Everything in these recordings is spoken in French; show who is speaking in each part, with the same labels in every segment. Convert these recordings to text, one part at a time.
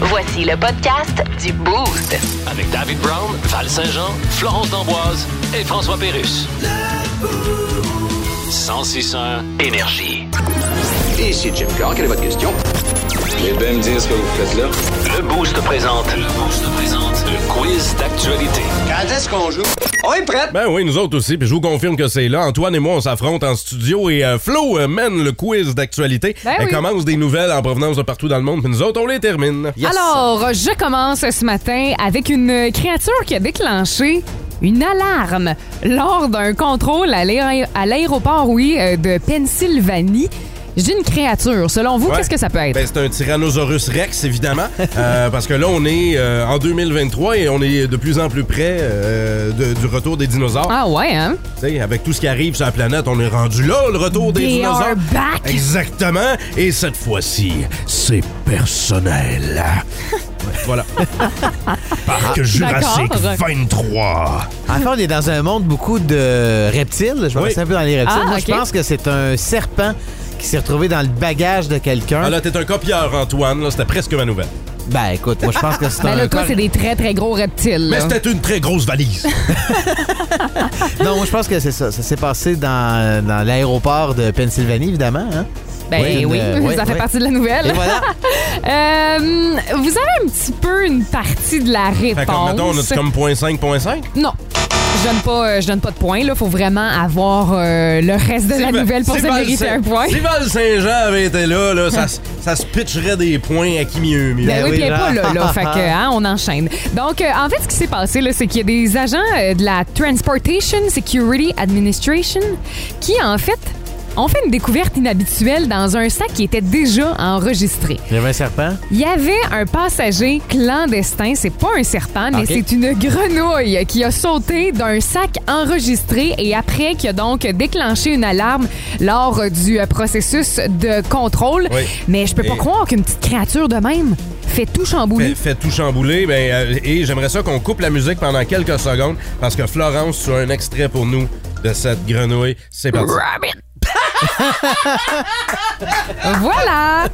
Speaker 1: Voici le podcast du Boost.
Speaker 2: Avec David Brown, Val Saint-Jean, Florence D'Amboise et François Pérus. 1061 Énergie.
Speaker 3: Ici Jim Carr, quelle est votre question?
Speaker 4: Et bien me dire ce que vous faites là.
Speaker 2: Le Boost présente. Le Boost présente. Le quiz d'actualité.
Speaker 3: Quand est-ce qu'on joue? On est prêt!
Speaker 5: Ben oui, nous autres aussi. Puis je vous confirme que c'est là. Antoine et moi, on s'affronte en studio et euh, Flo euh, mène le quiz d'actualité.
Speaker 6: Ben
Speaker 5: Elle
Speaker 6: oui.
Speaker 5: commence des nouvelles en provenance de partout dans le monde. Puis nous autres, on les termine.
Speaker 6: Alors, je commence ce matin avec une créature qui a déclenché une alarme lors d'un contrôle à l'aé- à l'aéroport, oui, euh, de Pennsylvanie. J'ai une créature. Selon vous,
Speaker 5: Ouais.
Speaker 6: qu'est-ce que ça peut être?
Speaker 5: Ben, c'est un Tyrannosaurus Rex, évidemment. Euh, parce que là, on est euh, en 2023 et on est de plus en plus près euh, de- du retour des dinosaures.
Speaker 6: ah ouais, hein?
Speaker 5: Tu sais, avec tout ce qui arrive sur la planète, on est rendu là, le retour des
Speaker 6: They
Speaker 5: dinosaures.
Speaker 6: are back.
Speaker 5: Exactement. Et cette fois-ci, c'est personnel. Ouais, voilà. Parc Jurassique
Speaker 6: D'accord.
Speaker 5: 23.
Speaker 7: En fait, on est dans un monde beaucoup de reptiles. Je vais
Speaker 5: Oui.
Speaker 7: rester un peu dans les reptiles.
Speaker 6: Ah,
Speaker 7: Moi,
Speaker 6: ok.
Speaker 7: je pense que c'est un serpent qui s'est retrouvé dans le bagage de quelqu'un.
Speaker 5: Ah là, t'es un copieur, Antoine. Là, C'était presque ma nouvelle.
Speaker 7: Ben, écoute, moi, je pense que c'est
Speaker 6: Ben
Speaker 7: un...
Speaker 6: là, toi,
Speaker 7: cor-
Speaker 6: c'est des très, très gros reptiles.
Speaker 5: Euh, Mais
Speaker 6: là.
Speaker 5: c'était une très grosse valise.
Speaker 7: Non, moi, je pense que c'est ça. Ça s'est passé dans, dans l'aéroport de Pennsylvanie, évidemment. hein.
Speaker 6: Ben oui,
Speaker 7: Oui, euh, ouais,
Speaker 6: ça fait
Speaker 7: ouais.
Speaker 6: partie de la nouvelle.
Speaker 7: Et voilà.
Speaker 6: Euh, vous avez un petit peu une partie de la
Speaker 5: fait qu'on,
Speaker 6: réponse.
Speaker 5: mettons, on a comme point 5, point 5?
Speaker 6: Non. Je donne pas, euh, je donne pas de points. Il faut vraiment avoir euh, le reste de la nouvelle pour se mériter un point.
Speaker 5: Si Val Saint-Jean avait été là, là ça, s- ça se pitcherait des points à qui mieux mieux.
Speaker 6: Ben oui,
Speaker 7: oui,
Speaker 6: puis elle est
Speaker 7: là.
Speaker 6: pas là, là. Fait que, hein, on enchaîne. Donc, euh, en fait, ce qui s'est passé, là, c'est qu'il y a des agents euh, de la Transportation Security Administration qui, en fait, ont fait une découverte inhabituelle dans un sac qui était déjà enregistré.
Speaker 7: Il y avait un serpent.
Speaker 6: Il y avait un passager clandestin, c'est pas un serpent, mais
Speaker 7: Ok.
Speaker 6: c'est une grenouille qui a sauté d'un sac enregistré et après qui a donc déclenché une alarme lors du euh, processus de contrôle.
Speaker 5: Oui.
Speaker 6: Mais je peux pas
Speaker 5: Et-
Speaker 6: croire qu'une petite créature de même fait tout
Speaker 5: Fait,
Speaker 6: chambouler.
Speaker 5: fait tout chambouler. Ben, euh, et j'aimerais ça qu'on coupe la musique pendant quelques secondes parce que Florence, tu as un extrait pour nous de cette grenouille. C'est parti.
Speaker 6: Voilà!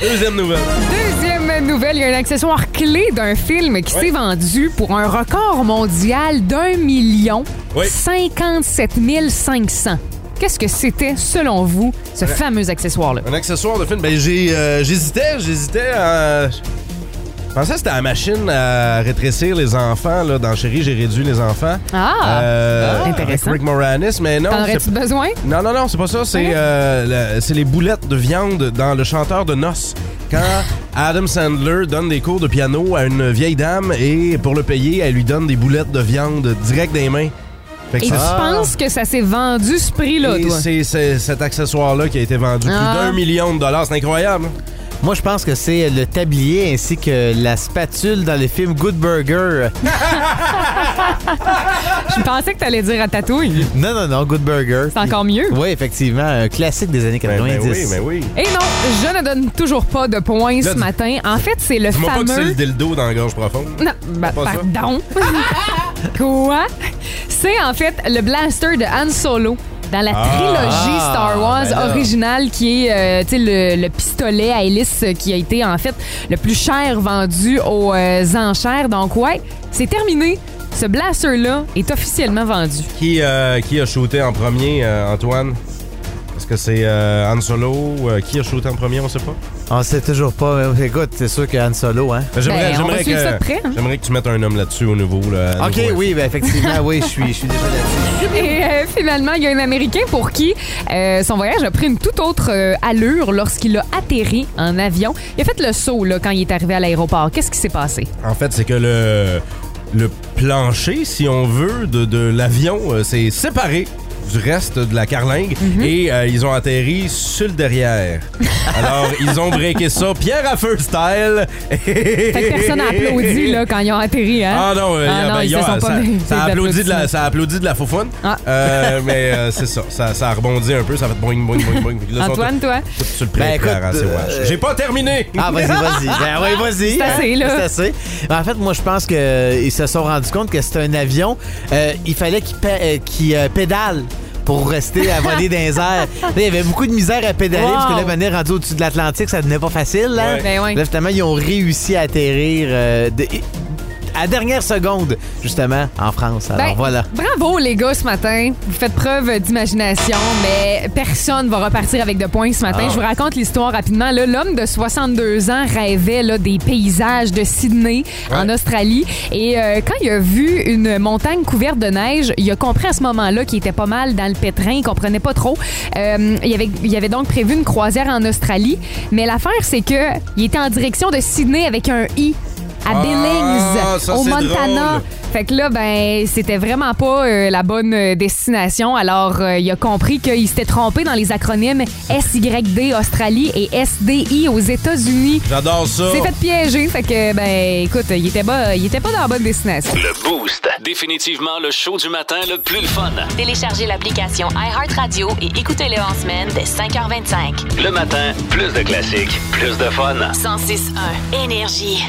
Speaker 5: Deuxième nouvelle.
Speaker 6: Deuxième nouvelle, il y a un accessoire clé d'un film qui s'est vendu pour un record mondial d'un million
Speaker 5: Oui.
Speaker 6: 57 500. Qu'est-ce que c'était, selon vous, ce fameux accessoire-là?
Speaker 5: Un accessoire de film. Ben, j'ai, euh, j'hésitais, j'hésitais à. Je pensais que c'était la machine à rétrécir les enfants. Là, dans Chérie, j'ai réduit les enfants.
Speaker 6: Ah!
Speaker 5: Euh,
Speaker 6: Ah,
Speaker 5: Avec
Speaker 6: intéressant.
Speaker 5: Rick Moranis, mais non.
Speaker 6: T'en
Speaker 5: c'est-
Speaker 6: aurais-tu besoin?
Speaker 5: Non, non, non, c'est pas ça. C'est
Speaker 6: Hein?
Speaker 5: euh, la- c'est les boulettes de viande dans Le Chanteur de Noces. Quand Adam Sandler donne des cours de piano à une vieille dame et pour le payer, elle lui donne des boulettes de viande direct des mains. Fait que
Speaker 6: Et tu
Speaker 5: ça-
Speaker 6: penses que ça s'est vendu ce prix-là,
Speaker 5: Ah. Et
Speaker 6: toi?
Speaker 5: c'est c'est cet accessoire-là qui a été vendu
Speaker 6: Ah.
Speaker 5: plus d'un million de dollars. C'est incroyable. hein?
Speaker 7: Moi, je pense que c'est le tablier ainsi que la spatule dans le film Good Burger.
Speaker 6: Je pensais que t'allais dire à tatouille.
Speaker 7: Non, non, non, Good Burger.
Speaker 6: C'est encore mieux.
Speaker 7: Oui, effectivement, un classique des années
Speaker 5: Ben,
Speaker 7: 90.
Speaker 5: ben oui, ben oui.
Speaker 6: Et non, je ne donne toujours pas de points
Speaker 5: Là,
Speaker 6: ce
Speaker 5: dis-
Speaker 6: matin. En fait, c'est le
Speaker 5: Dis-moi pas que c'est le
Speaker 6: fameux...
Speaker 5: dildo dans la gorge profonde.
Speaker 6: Non, ben,
Speaker 5: pas ça.
Speaker 6: pardon. Quoi? C'est en fait le blaster de Han Solo dans la
Speaker 5: Ah,
Speaker 6: trilogie
Speaker 7: ah,
Speaker 6: Star Wars
Speaker 7: ben là.
Speaker 6: originale qui est euh, tu sais, le, le pistolet à hélice euh, qui a été en fait le plus cher vendu aux euh, enchères. Donc ouais, c'est terminé. Ce blaster-là est officiellement vendu.
Speaker 5: Qui, euh, qui a shooté en premier, euh, Antoine? Est-ce que c'est euh, Han Solo? Euh, qui a shooté en premier? On sait pas.
Speaker 7: On sait toujours pas. mais Écoute, c'est sûr que Han Solo, hein?
Speaker 5: Ben, J'aimerais
Speaker 6: Ben, on va
Speaker 5: j'aimerais
Speaker 6: suivre ça de près, hein.
Speaker 5: que, j'aimerais que tu mettes un homme là-dessus au nouveau. Là, à
Speaker 7: OK,
Speaker 5: nouveau.
Speaker 7: oui, ben effectivement, oui, je suis, je suis déjà là-dessus.
Speaker 6: Et euh, finalement, il y a un Américain pour qui euh, son voyage a pris une toute autre euh, allure lorsqu'il a atterri en avion. Il a fait le saut là, quand il est arrivé à l'aéroport. Qu'est-ce qui s'est passé?
Speaker 5: En fait, c'est que le, le plancher, si on veut, de, de l'avion, euh, c'est séparé du reste de la carlingue
Speaker 6: Mhm.
Speaker 5: et euh, ils ont atterri sur le derrière. Alors, ils ont breaké ça pierre à feu style.
Speaker 6: Fait que personne n'a applaudi là, quand ils ont atterri. Hein?
Speaker 5: Ah non, euh,
Speaker 6: Ah non,
Speaker 5: ben,
Speaker 6: ils se
Speaker 5: yo,
Speaker 6: sont pas
Speaker 5: ça,
Speaker 6: mérités
Speaker 5: ça applaudit de la,
Speaker 6: d'applaudissements.
Speaker 5: ça applaudit de la faufoune.
Speaker 6: Ah.
Speaker 5: Euh, mais euh, c'est ça, ça, ça a rebondi un peu, ça a fait boing, boing, boing, boing. Puis là, ils sont
Speaker 6: Antoine, toi?
Speaker 5: tous- tous sur le pré-
Speaker 7: Ben, écoute,
Speaker 5: pré-
Speaker 7: euh,
Speaker 5: ouais. J'ai pas terminé!
Speaker 7: Ah, vas-y, vas-y. Ben oui, vas-y.
Speaker 6: C'est assez,
Speaker 7: Hein,
Speaker 6: là.
Speaker 7: C'est assez. Ben, en fait, moi, je pense qu'ils se sont rendus compte que c'était un avion. Euh, il fallait qu'il pa- euh, qu'il, euh, pédale pour rester à voler dans les airs. Là, il y avait beaucoup de misère à pédaler
Speaker 6: Wow.
Speaker 7: parce que là, venir rendu au-dessus de l'Atlantique, ça devenait pas facile. Là.
Speaker 5: Ouais.
Speaker 6: Ben ouais.
Speaker 7: Là, finalement, ils ont réussi à atterrir euh, de- à dernière seconde, justement, en France. Alors
Speaker 6: Ben,
Speaker 7: voilà.
Speaker 6: Bravo les gars ce matin. Vous faites preuve d'imagination, mais personne va repartir avec de points ce
Speaker 7: Ah.
Speaker 6: matin. Je vous raconte l'histoire rapidement. Là, L'homme de 62 ans rêvait là, des paysages de Sydney en Australie. Et euh, quand il a vu une montagne couverte de neige, il a compris à ce moment-là qu'il était pas mal dans le pétrin. Il comprenait pas trop. Euh, il, avait, il avait donc prévu une croisière en Australie. Mais l'affaire, c'est que il était en direction de Sydney avec un I à
Speaker 5: Ah,
Speaker 6: Billings,
Speaker 5: ça,
Speaker 6: au
Speaker 5: c'est
Speaker 6: Montana.
Speaker 5: drôle.
Speaker 6: Fait que là, ben, c'était vraiment pas euh, la bonne euh, destination. Alors, euh, il a compris qu'il s'était trompé dans les acronymes SYD Australie et SDI aux États-Unis.
Speaker 5: J'adore ça.
Speaker 6: Il s'est fait piéger. Fait que, ben, écoute, il était pas, il était pas dans la bonne destination.
Speaker 2: Le Boost. Définitivement le show du matin le plus le fun.
Speaker 1: Téléchargez l'application iHeartRadio et écoutez-le en semaine dès 5h25.
Speaker 2: Le matin, plus de classiques, plus de fun.
Speaker 1: 106.1 Énergie.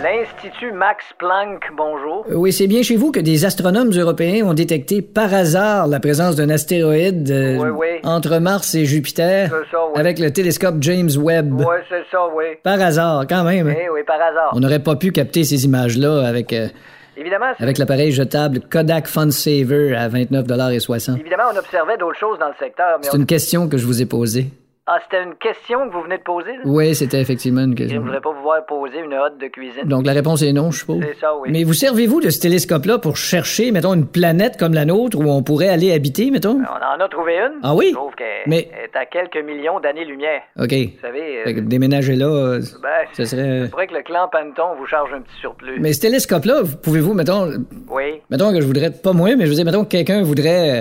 Speaker 8: L'Institut Max Planck, bonjour.
Speaker 9: Euh, Oui, c'est bien chez vous que des astronomes européens ont détecté par hasard la présence d'un astéroïde euh,
Speaker 8: Oui, oui.
Speaker 9: entre Mars et Jupiter
Speaker 8: C'est ça, oui.
Speaker 9: avec le télescope James Webb.
Speaker 8: Oui, c'est ça, oui.
Speaker 9: Par hasard, quand même. hein.
Speaker 8: Eh oui, par hasard.
Speaker 9: On n'aurait pas pu capter ces images-là avec, euh,
Speaker 8: Évidemment, c'est-
Speaker 9: avec l'appareil jetable Kodak FunSaver à 29,60
Speaker 8: évidemment, on observait d'autres choses dans le secteur, mais
Speaker 9: C'est
Speaker 8: on-
Speaker 9: une question que je vous ai posée.
Speaker 8: Ah, c'était une question que vous venez de poser, là?
Speaker 9: Oui, c'était effectivement une
Speaker 8: Je ne
Speaker 9: question.
Speaker 8: voudrais pas vous voir poser une hotte de cuisine.
Speaker 9: Donc la réponse est non, je suppose.
Speaker 8: C'est ça, oui.
Speaker 9: Mais vous servez-vous de ce télescope-là pour chercher, mettons, une planète comme la nôtre où on pourrait aller habiter, mettons?
Speaker 8: On en a trouvé une.
Speaker 9: Ah oui?
Speaker 8: Je trouve qu'elle
Speaker 9: Mais-
Speaker 8: est à quelques millions d'années-lumière.
Speaker 9: OK.
Speaker 8: Vous savez, euh,
Speaker 9: Fait que déménager là, euh,
Speaker 8: ben,
Speaker 9: ce serait... euh,
Speaker 8: c'est vrai que le clan Panton vous charge un petit surplus.
Speaker 9: Mais ce télescope-là, vous- pouvez-vous, mettons,
Speaker 8: Oui.
Speaker 9: mettons que je voudrais, pas moi, mais je veux dire, mettons que quelqu'un voudrait,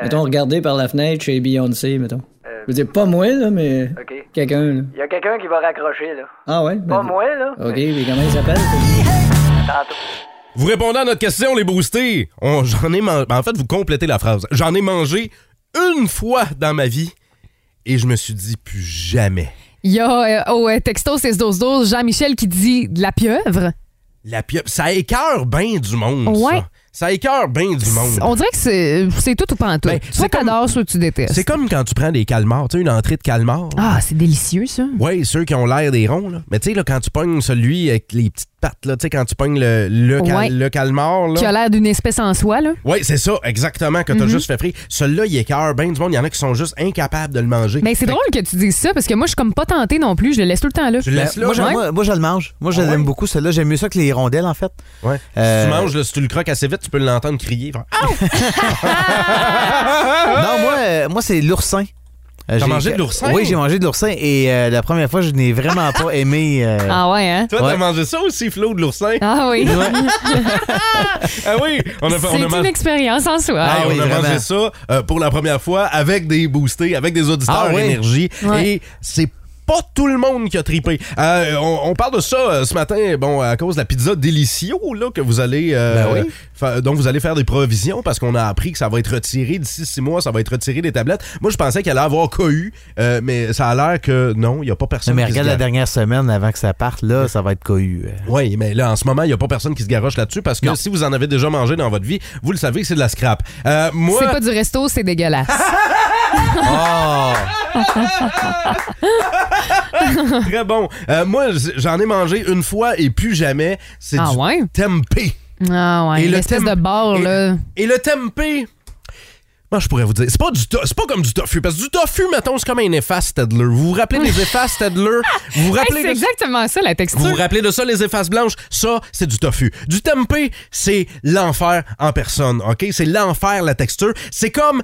Speaker 9: euh, mettons, regarder par la fenêtre chez Beyoncé, mettons.
Speaker 8: Euh.
Speaker 9: Je veux dire, pas moi, là, mais
Speaker 8: OK.
Speaker 9: quelqu'un, là.
Speaker 8: Il y a quelqu'un qui va raccrocher, là.
Speaker 9: Ah ouais? ben-
Speaker 8: Pas moi, là.
Speaker 9: OK, mais comment il s'appelle?
Speaker 8: Tantôt.
Speaker 5: Vous répondez à notre question, les boostés. On- J'en ai mangé. ben, En fait, vous complétez la phrase. J'en ai mangé une fois dans ma vie et je me suis dit plus jamais.
Speaker 6: Il y a euh, au euh, texto 612 Jean-Michel qui dit de la pieuvre.
Speaker 5: La pieuvre, ça écœure bien du monde.
Speaker 6: Ouais.
Speaker 5: Ça, ça écœure bien du monde.
Speaker 6: On dirait que c'est c'est tout ou pas en tout.
Speaker 5: Ben,
Speaker 6: soit
Speaker 5: c'est comme-
Speaker 6: t'adores, soit tu
Speaker 5: C'est
Speaker 6: détestes.
Speaker 5: comme quand tu prends des calmars, tu sais, une entrée de calmar.
Speaker 6: Ah, c'est délicieux, ça.
Speaker 5: Oui, ceux qui ont l'air des ronds, là. Mais tu sais, là, quand tu pognes celui avec les petites pattes, là, tu sais, quand tu pognes le, le, cal-
Speaker 6: Ouais.
Speaker 5: le calmar, là.
Speaker 6: Qui a Mhm. l'air d'une espèce en soi, là.
Speaker 5: Oui, c'est ça, exactement, que t'as juste fait frire. Celui-là, il écœure bien du monde. Il y en a qui sont juste incapables de le manger.
Speaker 6: Mais Ben, c'est drôle que tu dises ça parce que moi, je suis comme pas tentée non plus. Je le laisse tout le temps là.
Speaker 5: Tu le laisses là?
Speaker 7: moi, je,
Speaker 6: Ouais.
Speaker 7: moi- moi, je le mange. Moi, je
Speaker 5: Ah ouais?
Speaker 7: l'aime beaucoup, celui-là. J'aime mieux ça que les rondelles, en fait.
Speaker 5: Ouais.
Speaker 7: Euh,
Speaker 5: Si tu manges, là, si tu le croques assez vite, tu peux l'entendre crier. faire, Ah!
Speaker 6: Ah
Speaker 7: Non, moi, euh, moi c'est l'oursin. Euh,
Speaker 5: T'as
Speaker 7: j'ai-
Speaker 5: mangé de l'oursin?
Speaker 7: Oui, j'ai mangé de l'oursin et euh, la première fois, je n'ai vraiment pas aimé. euh,
Speaker 6: Ah ouais, hein?
Speaker 5: Toi, t'as
Speaker 7: Ouais.
Speaker 5: mangé ça aussi, Flo, de l'oursin?
Speaker 6: Ah oui.
Speaker 5: Ah oui! On a,
Speaker 6: C'est
Speaker 5: fait- on a
Speaker 6: une
Speaker 5: mangé...
Speaker 6: expérience en soi.
Speaker 5: Hey,
Speaker 7: Ah oui,
Speaker 5: on a
Speaker 7: vraiment.
Speaker 5: mangé ça euh, pour la première fois avec des boostés, avec des auditeurs
Speaker 7: Ah oui.
Speaker 5: énergie.
Speaker 6: Ouais.
Speaker 5: Et c'est pas tout le monde qui a tripé. Euh, on, on parle de ça euh, ce matin, bon, à cause de la pizza Delicio, là, que vous allez, euh,
Speaker 7: Ben oui.
Speaker 5: fa- dont vous allez faire des provisions parce qu'on a appris que ça va être retiré d'ici six mois, ça va être retiré des tablettes. Moi, je pensais qu'il allait avoir cohue, euh, mais ça a l'air que non, il n'y a pas personne.
Speaker 7: mais
Speaker 5: qui se
Speaker 7: regarde la
Speaker 5: garoche.
Speaker 7: dernière semaine avant que ça parte, là, ça va être cohu. euh.
Speaker 5: Oui, mais là, en ce moment, il n'y a pas personne qui se garoche là-dessus parce que si vous en avez déjà mangé dans votre vie, vous le savez que c'est de la scrap. Euh, moi,
Speaker 6: C'est pas du resto, c'est dégueulasse.
Speaker 5: Très bon. Euh, moi, j'en ai mangé une fois et plus jamais. C'est
Speaker 6: Ah
Speaker 5: du
Speaker 6: ouais?
Speaker 5: tempeh.
Speaker 6: Ah ouais,
Speaker 5: Et
Speaker 6: une
Speaker 5: le
Speaker 6: espèce
Speaker 5: thème-
Speaker 6: de bar,
Speaker 5: et-
Speaker 6: là.
Speaker 5: Et le tempeh. Moi, je pourrais vous dire, c'est pas du to- c'est pas comme du tofu parce que du tofu mettons, c'est comme un efface Stedler. Vous vous rappelez des effaces Stedler Vous vous
Speaker 6: Hey,
Speaker 5: rappelez
Speaker 6: c'est
Speaker 5: de ça?
Speaker 6: exactement ça, la texture.
Speaker 5: Vous vous rappelez de ça, les effaces blanches? Ça, c'est du tofu. Du tempeh, c'est l'enfer en personne, OK? C'est l'enfer, la texture. C'est comme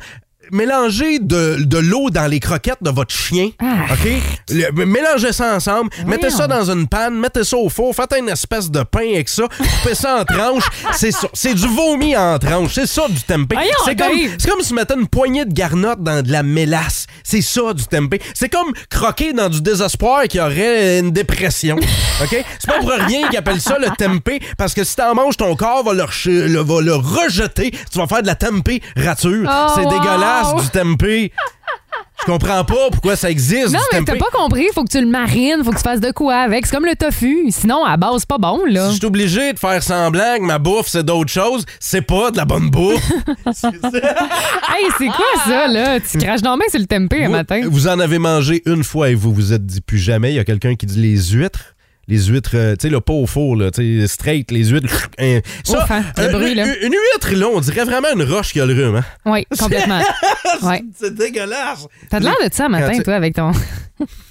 Speaker 5: mélanger de, de l'eau dans les croquettes de votre chien, OK? Le- mélangez ça ensemble, mettez ça dans une panne, mettez ça au four, faites une espèce de pain avec ça, coupez ça en tranches. C'est ça- c'est du vomi en tranches. C'est ça, du tempeh.
Speaker 6: Voyons,
Speaker 5: C'est comme,
Speaker 6: Dave.
Speaker 5: c'est comme si tu mettais une poignée de garnotte dans de la mélasse. C'est ça, du tempeh. C'est comme croquer dans du désespoir qui aurait une dépression. OK? C'est pas pour rien qu'ils appellent ça le tempeh, parce que si t'en manges, ton corps va le, reche- le- va le rejeter. Tu vas faire de la tempeh rature.
Speaker 6: Oh,
Speaker 5: c'est
Speaker 6: wow.
Speaker 5: dégueulasse, du tempeh. Je comprends pas pourquoi ça existe.
Speaker 6: Non,
Speaker 5: du
Speaker 6: mais t'as
Speaker 5: tempeh.
Speaker 6: pas compris. Faut que tu le marines, faut que tu fasses de quoi avec. C'est comme le tofu. Sinon, à la base, c'est pas bon, là.
Speaker 5: Si je suis obligé de faire semblant que ma bouffe, c'est d'autres choses, c'est pas de la bonne bouffe.
Speaker 6: Hey, c'est quoi ça, là? Tu craches dans la main, c'est le tempeh un
Speaker 5: Vous-
Speaker 6: matin.
Speaker 5: Vous en avez mangé une fois et vous vous êtes dit plus jamais. Il y a quelqu'un qui dit les huîtres. Les huîtres, euh, tu sais, le pas au four, là, tu sais, straight, les huîtres. hein. Ça, euh,
Speaker 6: Ouf, hein, le bruit,
Speaker 5: une,
Speaker 6: là.
Speaker 5: une huître, là, on dirait vraiment une roche qui a le rhume. hein.
Speaker 6: Oui, complètement. Ouais.
Speaker 5: C'est dégueulasse.
Speaker 6: T'as de l'air de ça matin,
Speaker 5: tu-
Speaker 6: toi, avec ton.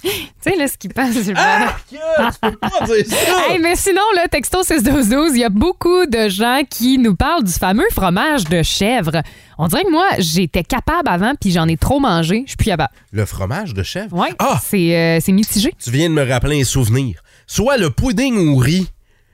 Speaker 6: tu sais, là, ce qui passe sur le
Speaker 5: Ah, que, tu peux pas dire ça.
Speaker 6: Hey, mais sinon, là, texto 612-12, il y a beaucoup de gens qui nous parlent du fameux fromage de chèvre. On dirait que moi, j'étais capable avant, puis j'en ai trop mangé. Je suis plus capable.
Speaker 5: Le fromage de chèvre.
Speaker 6: Ouais,
Speaker 5: Ah,
Speaker 6: c'est euh, c'est mitigé.
Speaker 5: tu viens de me rappeler un souvenir. Soit le pudding au riz.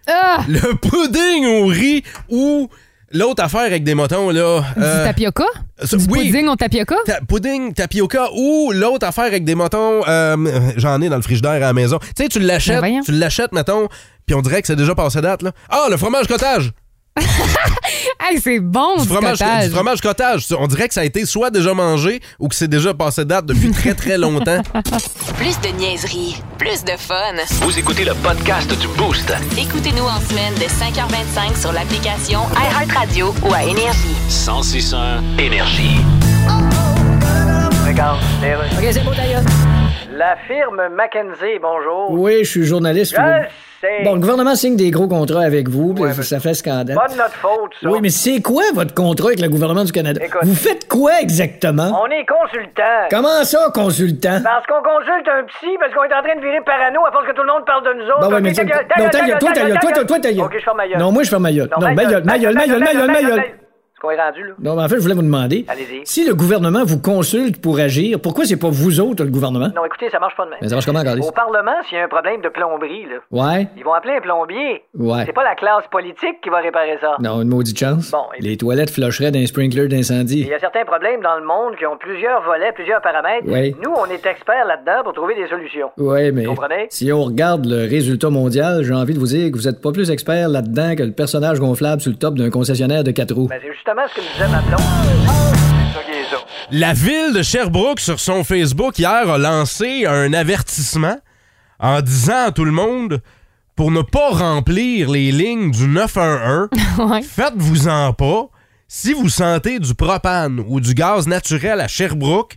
Speaker 6: Ah,
Speaker 5: Le pudding au riz ou l'autre affaire avec des motons, là.
Speaker 6: du
Speaker 5: euh,
Speaker 6: tapioca?
Speaker 5: ça-
Speaker 6: du
Speaker 5: oui.
Speaker 6: pudding au tapioca?
Speaker 5: Ta- pudding, tapioca ou l'autre affaire avec des motons. euh, euh, J'en ai dans le frigidaire à la maison. Tu sais, tu
Speaker 6: Ben
Speaker 5: l'achètes,
Speaker 6: voyons.
Speaker 5: tu l'achètes, mettons, puis on dirait que c'est déjà passé date, là. Ah, le fromage cottage!
Speaker 6: Hey, c'est bon,
Speaker 5: Du
Speaker 6: du
Speaker 5: fromage,
Speaker 6: cottage.
Speaker 5: du fromage cottage. On dirait que ça a été soit déjà mangé ou que c'est déjà passé date depuis très, très longtemps.
Speaker 1: Plus de niaiserie, plus de fun.
Speaker 2: Vous écoutez le podcast du Boost.
Speaker 1: Écoutez-nous en semaine de 5h25 sur l'application iHeartRadio ou à Énergie.
Speaker 2: 1061 Énergie.
Speaker 8: Regarde, les Russes. La firme McKenzie, bonjour.
Speaker 9: Oui, je suis journaliste.
Speaker 8: Je le
Speaker 9: puis-
Speaker 8: sais.
Speaker 9: Bon, le gouvernement signe des gros contrats avec vous, puis ça fait scandale.
Speaker 8: Pas de notre faute, ça.
Speaker 9: Oui, mais c'est quoi votre contrat avec le gouvernement du Canada?
Speaker 8: Écoute.
Speaker 9: Vous faites quoi exactement?
Speaker 8: On est consultant.
Speaker 9: Comment ça, consultant?
Speaker 8: Parce qu'on consulte un psy, parce qu'on est en train de virer parano à force que tout le monde parle de nous autres.
Speaker 9: Bon, ouais,
Speaker 8: Ok,
Speaker 9: mais
Speaker 8: ta
Speaker 9: tu-
Speaker 8: gueule, ta
Speaker 9: Non,
Speaker 8: gueule,
Speaker 9: ta gueule, toi, ta gueule, toi, toi, toi, ta gueule.
Speaker 8: Ok, je ferme ma gueule.
Speaker 9: Non, moi, je ferme ma gueule.
Speaker 8: Non,
Speaker 9: Non, ma gueule, ma gueule, ma gueule, ma gueule, ma gueule.
Speaker 8: Ce qu'on est rendu, là.
Speaker 9: Non, mais ben, en fait, je voulais vous demander.
Speaker 8: Allez-y.
Speaker 9: Si le gouvernement vous consulte pour agir, pourquoi c'est pas vous autres, le gouvernement?
Speaker 8: Non, écoutez, ça marche pas de même.
Speaker 9: Mais ça marche comment, Carlis?
Speaker 8: Au Parlement, s'il y a un problème de plomberie, là,
Speaker 9: Ouais?
Speaker 8: ils vont appeler un plombier.
Speaker 9: Ouais.
Speaker 8: C'est pas la classe politique qui va réparer ça.
Speaker 9: Non, une maudite chance.
Speaker 8: Bon, et-
Speaker 9: Les toilettes flocheraient d'un sprinkler d'incendie.
Speaker 8: Il y a certains problèmes dans le monde qui ont plusieurs volets, plusieurs paramètres.
Speaker 9: Oui.
Speaker 8: Nous, on est experts là-dedans pour trouver des solutions.
Speaker 9: Ouais, mais
Speaker 8: Comprenez?
Speaker 9: si on regarde le résultat mondial, j'ai envie de vous dire que vous êtes pas plus expert là-dedans que le personnage gonflable sur le top d'un concessionnaire de quatre roues.
Speaker 8: Ben, c'est justement ce que nous disait ma blonde. Ça qui est ça.
Speaker 5: La ville de Sherbrooke, sur son Facebook, hier, a lancé un avertissement en disant à tout le monde pour ne pas remplir les lignes du 911,
Speaker 6: Ouais.
Speaker 5: Hein? faites-vous-en pas. Si vous sentez du propane ou du gaz naturel à Sherbrooke,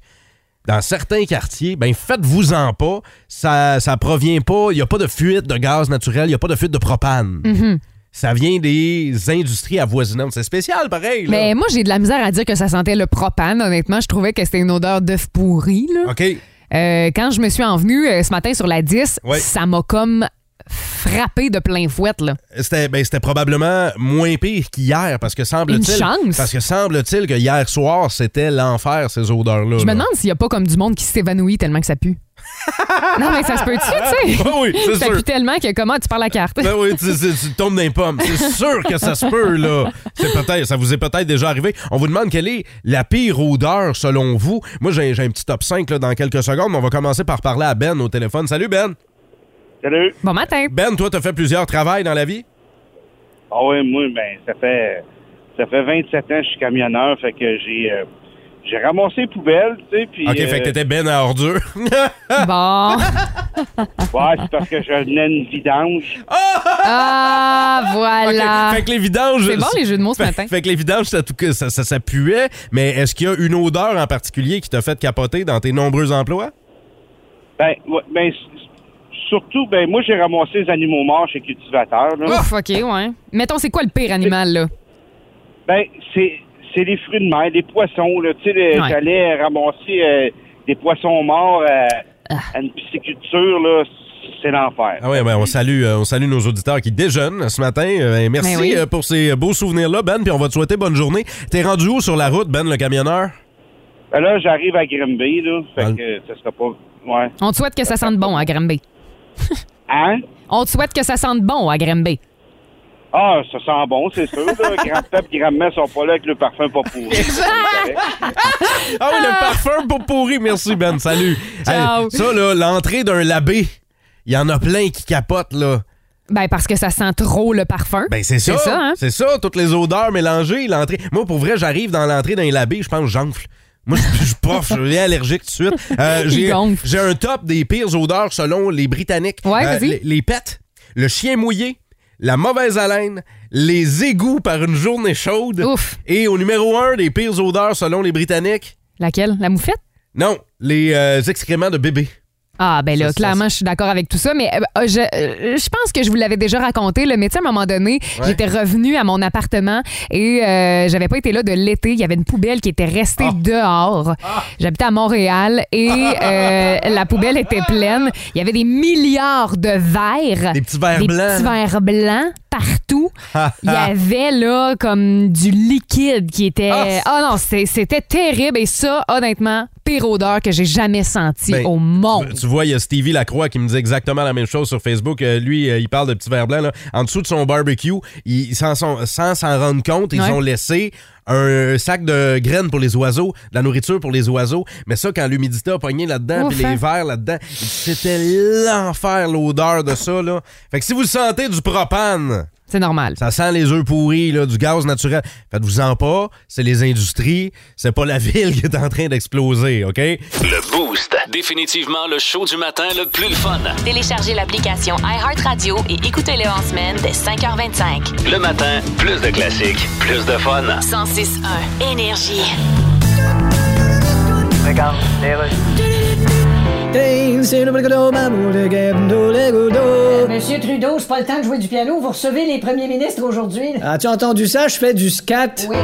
Speaker 5: dans certains quartiers, ben faites-vous-en pas. Ça, ça provient pas, il n'y a pas de fuite de gaz naturel, il n'y a pas de fuite de propane.
Speaker 6: Mm-hmm.
Speaker 5: Ça vient des industries avoisinantes. C'est spécial, pareil. là.
Speaker 6: Mais moi, j'ai de la misère à dire que ça sentait le propane. Honnêtement, je trouvais que c'était une odeur d'œuf pourri. Là.
Speaker 5: OK.
Speaker 6: Euh, quand je me suis envenue euh, ce matin sur la 10,
Speaker 5: Ouais.
Speaker 6: ça m'a comme frappé de plein fouet. Là.
Speaker 5: C'était ben, c'était probablement moins pire qu'hier parce que semble-t-il
Speaker 6: Une chance.
Speaker 5: parce que semble-t-il que hier soir c'était l'enfer ces odeurs là.
Speaker 6: Je me demande s'il n'y a pas comme du monde qui s'évanouit tellement que ça pue. non, mais ça se peut-tu, tu sais?
Speaker 5: Ah oui, c'est
Speaker 6: ça
Speaker 5: sûr.
Speaker 6: pue tellement que comment tu parles la carte?
Speaker 5: Ben oui, tu, tu- tu tombes dans les pommes. C'est sûr que ça se peut, là. C'est peut-être, ça vous est peut-être déjà arrivé. On vous demande quelle est la pire odeur selon vous. Moi, j'ai j'ai un petit top 5 là, dans quelques secondes, mais on va commencer par parler à Ben au téléphone. Salut, Ben.
Speaker 10: Salut.
Speaker 6: Bon matin.
Speaker 5: Ben, toi, t'as fait plusieurs travails dans la vie?
Speaker 10: Ah ouais, moi, ben, ça fait ça fait 27 ans que je suis camionneur, fait que j'ai euh, j'ai ramassé les poubelles, tu sais, puis
Speaker 5: OK,
Speaker 10: euh,
Speaker 5: fait que t'étais Ben à ordure. Ah!
Speaker 6: Bon.
Speaker 10: ouais, c'est parce que je venais d'une vidange.
Speaker 6: Ah, voilà.
Speaker 5: OK, Fait que les vidanges.
Speaker 6: C'est bon, les jeux de mots ce
Speaker 5: Fait-
Speaker 6: matin.
Speaker 5: Fait que les vidanges, ça, tout- ça, ça, ça puait, mais est-ce qu'il y a une odeur en particulier qui t'a fait capoter dans tes nombreux emplois?
Speaker 10: Ben, ouais, ben s- surtout ben moi j'ai ramassé les animaux morts chez cultivateurs
Speaker 5: Ah!
Speaker 10: là.
Speaker 6: Ouf, OK, ouais. Mettons, c'est quoi le pire animal, là?
Speaker 10: Ben c'est c'est les fruits de mer, les poissons là, tu sais, les-
Speaker 6: Ouais.
Speaker 10: j'allais ramasser euh, des poissons morts à, à une pisciculture là, c'est l'enfer.
Speaker 5: Ah ouais, ben on salue, euh, on salue nos auditeurs qui déjeunent ce matin. Euh, ben, merci
Speaker 6: Ben oui.
Speaker 5: euh, pour ces beaux souvenirs-là, Ben, puis on va te souhaiter bonne journée. T'es rendu où sur la route, Ben, le camionneur?
Speaker 10: Ben là, j'arrive à Grimby là, fait
Speaker 5: Ah.
Speaker 10: que ça sera pas ouais.
Speaker 6: On te souhaite que ça sente bon à Granby.
Speaker 10: Hein?
Speaker 6: On te souhaite que ça sente bon à Granby.
Speaker 10: Ah, ça sent bon, c'est sûr. Là. Grand-père et grand-mère sont pas là avec le parfum pas pourri.
Speaker 5: Ah oui, le parfum pour pourri. Merci, Ben. Salut.
Speaker 6: Ciao.
Speaker 5: ça, là, l'entrée d'un labé, il y en a plein qui capotent, là.
Speaker 6: Ben, parce que ça sent trop le parfum.
Speaker 5: Ben c'est ça.
Speaker 6: C'est ça, hein?
Speaker 5: C'est ça, toutes les odeurs mélangées, l'entrée. Moi, pour vrai, j'arrive dans l'entrée d'un labé, je pense que j'enfle. Moi, je suis prof, je suis allergique tout de suite. Euh,
Speaker 6: Il
Speaker 5: j'ai-
Speaker 6: gonfle.
Speaker 5: J'ai un top des pires odeurs selon les Britanniques. Euh,
Speaker 6: Ouais, vas-y.
Speaker 5: les, les pets, le chien mouillé, la mauvaise haleine, les égouts par une journée chaude.
Speaker 6: Ouf.
Speaker 5: Et au numéro un des pires odeurs selon les Britanniques,
Speaker 6: Laquelle? La moufette?
Speaker 5: non, les euh, excréments de bébé.
Speaker 6: Ah, ben là,
Speaker 5: Ça, ça,
Speaker 6: clairement, je suis d'accord avec tout ça, mais euh, euh, je, euh, je pense que je vous l'avais déjà raconté. Le métier, à un moment donné,
Speaker 5: Ouais.
Speaker 6: j'étais revenue à mon appartement et euh, j'avais pas été là de l'été. Il y avait une poubelle qui était restée
Speaker 5: Ah.
Speaker 6: dehors. J'habitais à Montréal et euh, la poubelle était pleine. Il y avait des milliards de verres.
Speaker 5: Des petits verres
Speaker 6: des
Speaker 5: blancs.
Speaker 6: petits verres blancs partout. Il y avait là comme du liquide qui était.
Speaker 5: Ah!
Speaker 6: Ah non, c'est- c'était terrible et ça, honnêtement, pire odeur que j'ai jamais sentie
Speaker 5: Ben,
Speaker 6: au monde.
Speaker 5: Tu, tu vois, il y a Stevie Lacroix qui me dit exactement la même chose sur Facebook. Euh, lui, euh, il parle de petits verres blancs. là. En dessous de son barbecue, ils, sans son- sans s'en rendre compte, ils
Speaker 6: Ouais.
Speaker 5: ont laissé un sac de graines pour les oiseaux, de la nourriture pour les oiseaux. Mais ça, quand l'humidité a pogné là-dedans,
Speaker 6: Ouf,
Speaker 5: puis les
Speaker 6: hein.
Speaker 5: verres là-dedans, c'était l'enfer, l'odeur de ça. Là. Fait que si vous le sentez du propane,
Speaker 6: C'est normal.
Speaker 5: ça sent les œufs pourris, là, du gaz naturel. Faites-vous-en pas, c'est les industries, c'est pas la ville qui est en train d'exploser, OK?
Speaker 2: Le Boost. Définitivement le show du matin le plus le fun.
Speaker 1: Téléchargez l'application iHeartRadio et écoutez-le en semaine dès 5h25.
Speaker 2: Le matin, plus de classiques, plus de fun.
Speaker 1: 106.1 Énergie.
Speaker 8: Regarde, les rues.
Speaker 11: Monsieur Trudeau, c'est pas le temps de jouer du piano. Vous recevez les premiers ministres aujourd'hui. là.
Speaker 9: As-tu entendu ça? Je fais du scat.
Speaker 11: Oui.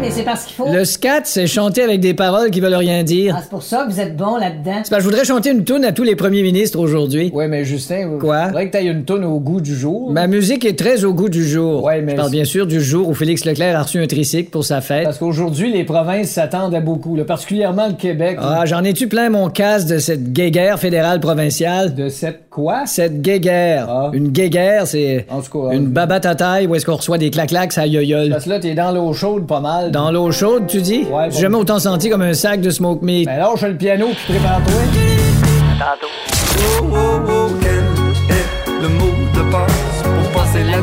Speaker 11: Mais c'est parce qu'il faut.
Speaker 9: Le scat, c'est chanter avec des paroles qui veulent rien dire.
Speaker 11: Ah, c'est pour ça que vous êtes bon là-dedans.
Speaker 9: C'est parce que je voudrais chanter une toune à tous les premiers ministres aujourd'hui.
Speaker 8: Ouais, mais Justin,
Speaker 9: Quoi?
Speaker 8: faudrait que t'ailles une toune au goût du jour.
Speaker 9: Ma musique est très au goût du jour.
Speaker 8: Ouais, mais
Speaker 9: je parle
Speaker 8: c'est-
Speaker 9: bien sûr du jour où Félix Leclerc a reçu un tricycle pour sa fête.
Speaker 8: Parce qu'aujourd'hui, les provinces s'attendent à beaucoup, là, particulièrement le Québec.
Speaker 9: Ah, j'en ai-tu plein mon casse de cette guéguerre fédérale provinciale?
Speaker 8: De cette quoi?
Speaker 9: Cette guéguerre.
Speaker 8: Ah.
Speaker 9: Une guéguerre, c'est
Speaker 8: En tout cas,
Speaker 9: une
Speaker 8: euh,
Speaker 9: babate à taille où est-ce qu'on reçoit des clac-clacs à yoyole.
Speaker 8: Parce que là, t'es dans l'eau chaude pas mal.
Speaker 9: Dans l'eau chaude, tu dis?
Speaker 8: Ouais,
Speaker 9: J'ai
Speaker 8: bon.
Speaker 9: jamais autant senti comme un sac de smoke meat.
Speaker 8: Ben lâche le piano puis prépare-toi.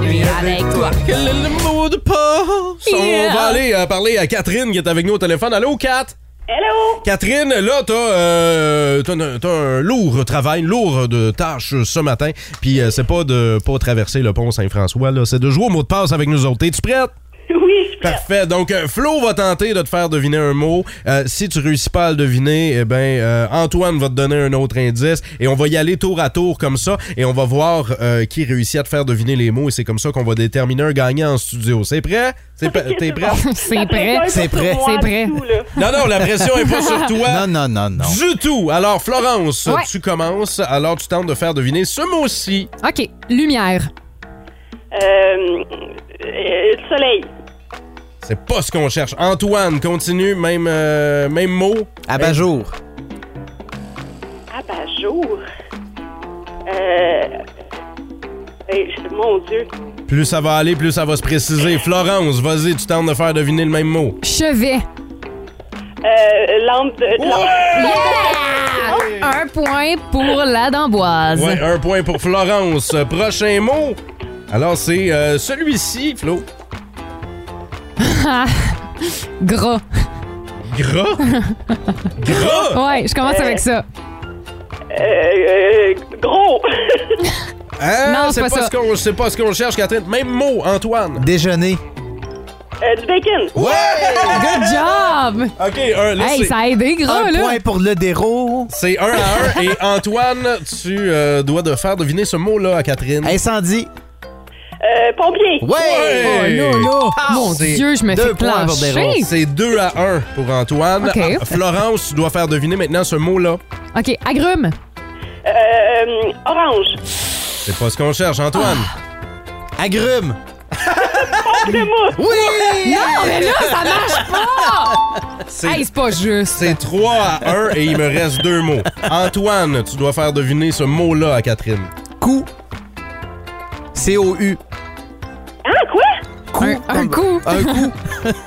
Speaker 5: Le, le mot de passe.
Speaker 6: Yeah.
Speaker 5: On va aller euh, parler à Catherine qui est avec nous au téléphone. Allô, Kat?
Speaker 11: Hello!
Speaker 5: Catherine, là, t'as euh, t'as un, t'as un lourd travail, une lourde tâche euh, ce matin. Puis euh, c'est pas de pas traverser le pont Saint-François, là, c'est de jouer au mot de passe avec nous autres. Es-tu prête?
Speaker 11: Oui, je
Speaker 5: Parfait. Donc, euh, Flo va tenter de te faire deviner un mot. Euh, si tu réussis pas à le deviner, eh ben, euh, Antoine va te donner un autre indice et on va y aller tour à tour comme ça et on va voir euh, qui réussit à te faire deviner les mots et c'est comme ça qu'on va déterminer un gagnant en studio. C'est prêt? C'est pa- T'es prêt?
Speaker 6: C'est prêt.
Speaker 7: C'est prêt.
Speaker 6: C'est prêt.
Speaker 5: Non, non, la pression est pas sur
Speaker 7: Non,
Speaker 5: toi.
Speaker 7: non, non, non.
Speaker 5: Du tout. Alors, Florence,
Speaker 6: Ouais.
Speaker 5: tu commences. Alors, tu tentes de faire deviner ce mot-ci.
Speaker 6: OK. Lumière.
Speaker 11: soleil.
Speaker 5: C'est pas ce qu'on cherche. Antoine, continue. Même, euh, même mot.
Speaker 7: Abat-jour.
Speaker 11: Ah, bah, jour. Euh. mon Dieu.
Speaker 5: Plus ça va aller, plus ça va se préciser. Florence, vas-y, tu tentes de faire deviner le même mot.
Speaker 6: Chevet.
Speaker 12: Euh,
Speaker 11: lampe
Speaker 5: Oh!
Speaker 11: de.
Speaker 6: Un point pour la d'amboise.
Speaker 5: Ouais, un point pour Florence. Prochain mot. Alors, c'est euh, celui-ci, Flo.
Speaker 6: Gras.
Speaker 5: Gras. Gras.
Speaker 6: Ouais, je commence avec ça.
Speaker 12: euh,
Speaker 11: gros.
Speaker 5: Hein?
Speaker 6: Non,
Speaker 5: c'est
Speaker 6: c'est
Speaker 5: pas,
Speaker 6: pas ça.
Speaker 5: ce qu'on- c'est pas ce qu'on cherche, Catherine. Même mot, Antoine.
Speaker 7: Déjeuner.
Speaker 12: euh,
Speaker 11: du bacon.
Speaker 5: Ouais!
Speaker 6: Good job!
Speaker 5: OK, un, là,
Speaker 6: Hey,
Speaker 5: c'est-
Speaker 6: ça a aidé, gras,
Speaker 7: Un
Speaker 6: là.
Speaker 7: point pour le déro.
Speaker 5: c'est un à un. Et Antoine, tu euh, dois de faire deviner ce mot-là à Catherine.
Speaker 7: Incendie.
Speaker 12: euh,
Speaker 11: pompier.
Speaker 5: Ouais!
Speaker 6: Oh, là, là.
Speaker 5: Ah,
Speaker 6: Mon
Speaker 5: c'est
Speaker 6: Dieu, je me
Speaker 7: deux
Speaker 6: fais
Speaker 7: points pour des
Speaker 6: plancher.
Speaker 5: C'est 2 à 1 pour Antoine.
Speaker 6: OK.
Speaker 5: Ah, Florence, tu dois faire deviner maintenant ce mot-là.
Speaker 6: OK, agrumes.
Speaker 11: orange.
Speaker 5: C'est pas ce qu'on cherche, Antoine.
Speaker 6: Ah.
Speaker 7: Agrumes.
Speaker 6: Non, mais là, ça marche pas!
Speaker 5: C'est
Speaker 6: Hey, c'est pas juste.
Speaker 5: C'est 3 à 1 et il me reste deux mots. Antoine, tu dois faire deviner ce mot-là à Catherine.
Speaker 7: Coup. C-O-U.
Speaker 11: Ah, quoi?
Speaker 7: Coup.
Speaker 6: Un, un coup.
Speaker 7: Un coup.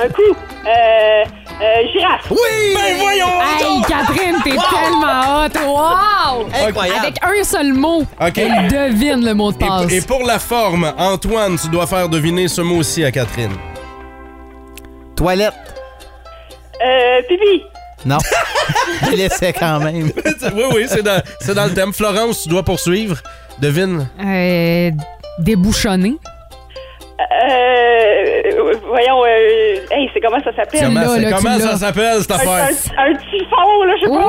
Speaker 11: Un coup. Euh, euh, girafe.
Speaker 7: Oui!
Speaker 5: Ben voyons!
Speaker 6: Hey, Catherine, t'es tellement hot. Wow!
Speaker 7: Incroyable.
Speaker 6: Avec un seul mot,
Speaker 5: OK.
Speaker 6: elle devine le mot de passe.
Speaker 5: Et, et pour la forme, Antoine, tu dois faire deviner ce mot-ci à Catherine.
Speaker 7: Toilette.
Speaker 12: Euh, pipi.
Speaker 7: Non. Je laissais quand même.
Speaker 5: oui, oui, c'est dans, c'est dans le thème. Florence, tu dois poursuivre. Devine.
Speaker 6: Euh, débouchonné.
Speaker 12: Euh, voyons, euh, hey, c'est comment ça s'appelle?
Speaker 5: Comment, c'est- comment ça s'appelle, cette
Speaker 12: Un-
Speaker 5: affaire?
Speaker 12: Un, un typhon, là, je sais pas.